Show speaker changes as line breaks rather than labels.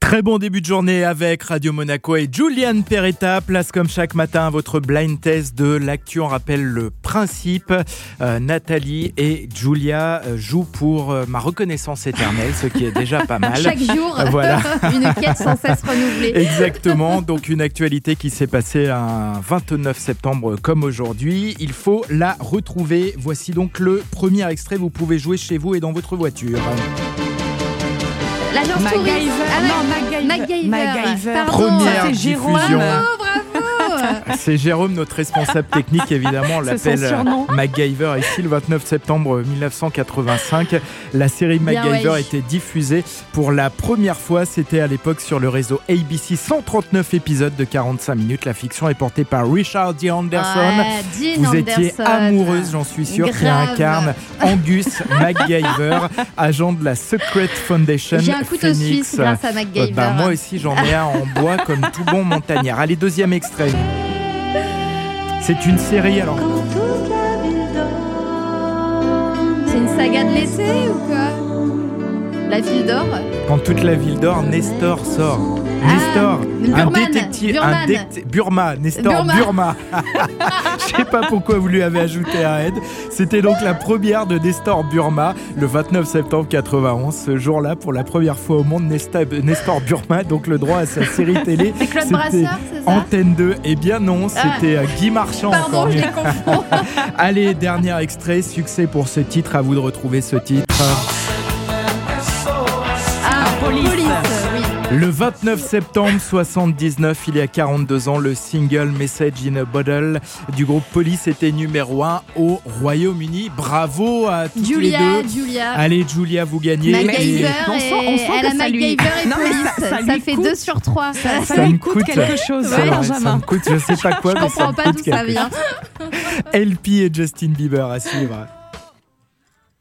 Très bon début de journée avec Radio Monaco et Julian Peretta. Place comme chaque matin à votre blind test de l'actu. On rappelle le principe. Euh, Nathalie et Julia euh, jouent pour euh, ma reconnaissance éternelle, ce qui est déjà pas mal.
Chaque jour,
Voilà.
une quête sans cesse renouvelée.
Exactement, donc une actualité qui s'est passée un 29 septembre comme aujourd'hui. Il faut la retrouver. Voici donc le premier extrait. Vous pouvez jouer chez vous et dans votre voiture.
L'agence
MacGyver.
touriste. Ah
non,
ouais,
MacGyver.
MacGyver.
MacGyver.
Pardon.
Première
ça, c'est Jérôme.
diffusion.
Bravo, bravo.
C'est Jérôme, notre responsable technique, évidemment. On
C'est son
l'appelle
surnom.
euh, MacGyver ici le 29 septembre 1985. La série
Bien,
MacGyver
ouais.
était diffusée pour la première fois. C'était à l'époque sur le réseau ABC. 139 épisodes de 45 minutes. La fiction est portée par Richard D. Anderson.
Ouais, Dean
Vous étiez
Anderson.
amoureuse, j'en suis sûr, qui
Grave.
incarne Angus MacGyver, agent de la Secret Foundation.
J'ai un couteau
Phoenix.
suisse grâce à
Euh,
MacGyver.
bah, moi aussi, j'en ai un en bois comme tout bon montagnard. Allez, deuxième extrait. C'est une série, alors
C'est une saga de l'été ou quoi La ville d'or
quand toute la ville dort, Nestor sort. Nestor, un
Ah, Burman,
détective, un
Burman.
détective, Burma, Nestor
Burma.
Burma. Je sais pas pourquoi vous lui avez ajouté un aide. C'était donc la première de Nestor Burma le 29 septembre 91. Ce jour-là, pour la première fois au monde, Nesta- Nestor Burma donc le droit à sa série télé.
C'est Claude
C'était
Brasseur, c'est ça
Antenne 2, eh bien non,
Ah.
c'était euh, Guy Marchand encore
Pardon, je
mieux.
les confonds.
Allez, dernier extrait, succès pour ce titre, à vous de retrouver ce titre.
Ah,
police.
oui.
Le 29 septembre 79, il y a 42 ans, le single Message in a Bottle du groupe Police était numéro 1 au Royaume-Uni. Bravo à tous les
Julia,
deux. Ah,
Julia.
Allez Julia, vous gagnez.
MacGyver
Et
on
et
sent- on sent
elle
que
a
ça lui-
MacGyver et
Non, mais
police.
ça- ça lui
fait
coûte.
2 sur 3.
Ça,
Ça
lui
me
coûte
coûte.
quelque chose,
c'est vrai, ça
Benjamin.
me coûte, je sais pas quoi,
Je
mais ça
comprends
me
pas
coûte
d'où ça
quelque
vient.
chose. LP et Justin Bieber à suivre.